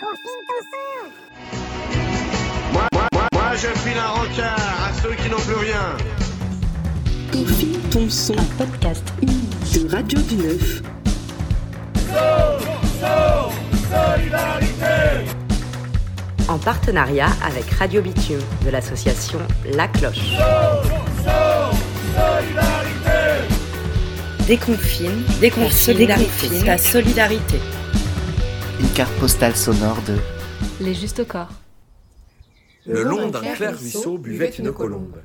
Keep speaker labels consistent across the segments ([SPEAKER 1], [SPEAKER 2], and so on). [SPEAKER 1] Confine ton sang
[SPEAKER 2] Moi, moi, moi, moi, je file un rencard à ceux qui n'ont plus rien.
[SPEAKER 3] Confine ton son
[SPEAKER 4] un podcast unique.
[SPEAKER 3] de Radio du Neuf.
[SPEAKER 5] en partenariat avec Radio Bitume de l'association La Cloche. Déconfine, déconfine,
[SPEAKER 4] solidarité.
[SPEAKER 5] ta solidarité.
[SPEAKER 6] Une carte postale sonore de
[SPEAKER 4] Les Justes au corps.
[SPEAKER 7] Le long d'un clair ruisseau buvait une colombe.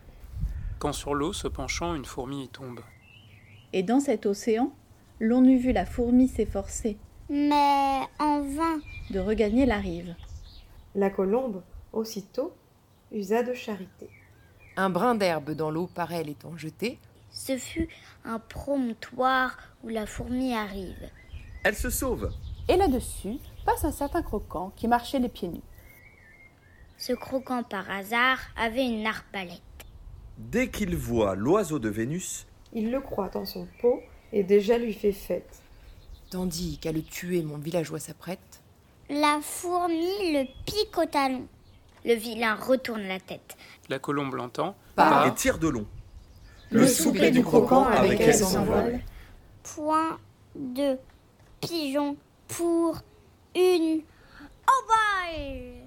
[SPEAKER 8] quand sur l'eau se penchant une fourmi y tombe.
[SPEAKER 9] Et dans cet océan, l'on eût vu la fourmi s'efforcer
[SPEAKER 1] Mais en vain
[SPEAKER 9] de regagner la rive.
[SPEAKER 10] La colombe, aussitôt, usa de charité.
[SPEAKER 11] Un brin d'herbe dans l'eau par elle étant jeté,
[SPEAKER 1] Ce fut un promontoire où la fourmi arrive.
[SPEAKER 7] Elle se sauve.
[SPEAKER 12] Et là-dessus passe un certain croquant qui marchait les pieds nus.
[SPEAKER 1] Ce croquant par hasard avait une arbalète.
[SPEAKER 7] Dès qu'il voit l'oiseau de Vénus,
[SPEAKER 10] Il le croit dans son pot et déjà lui fait fête.
[SPEAKER 11] tandis qu'à le tuer mon villageois s'apprête,
[SPEAKER 1] La fourmi le pique au talon. Le vilain retourne la tête.
[SPEAKER 8] La colombe l'entend,
[SPEAKER 11] Par-
[SPEAKER 7] et tire de long.
[SPEAKER 10] Le souper du croquant avec elle s'envole.
[SPEAKER 1] Point de pigeon pour une. Oh boy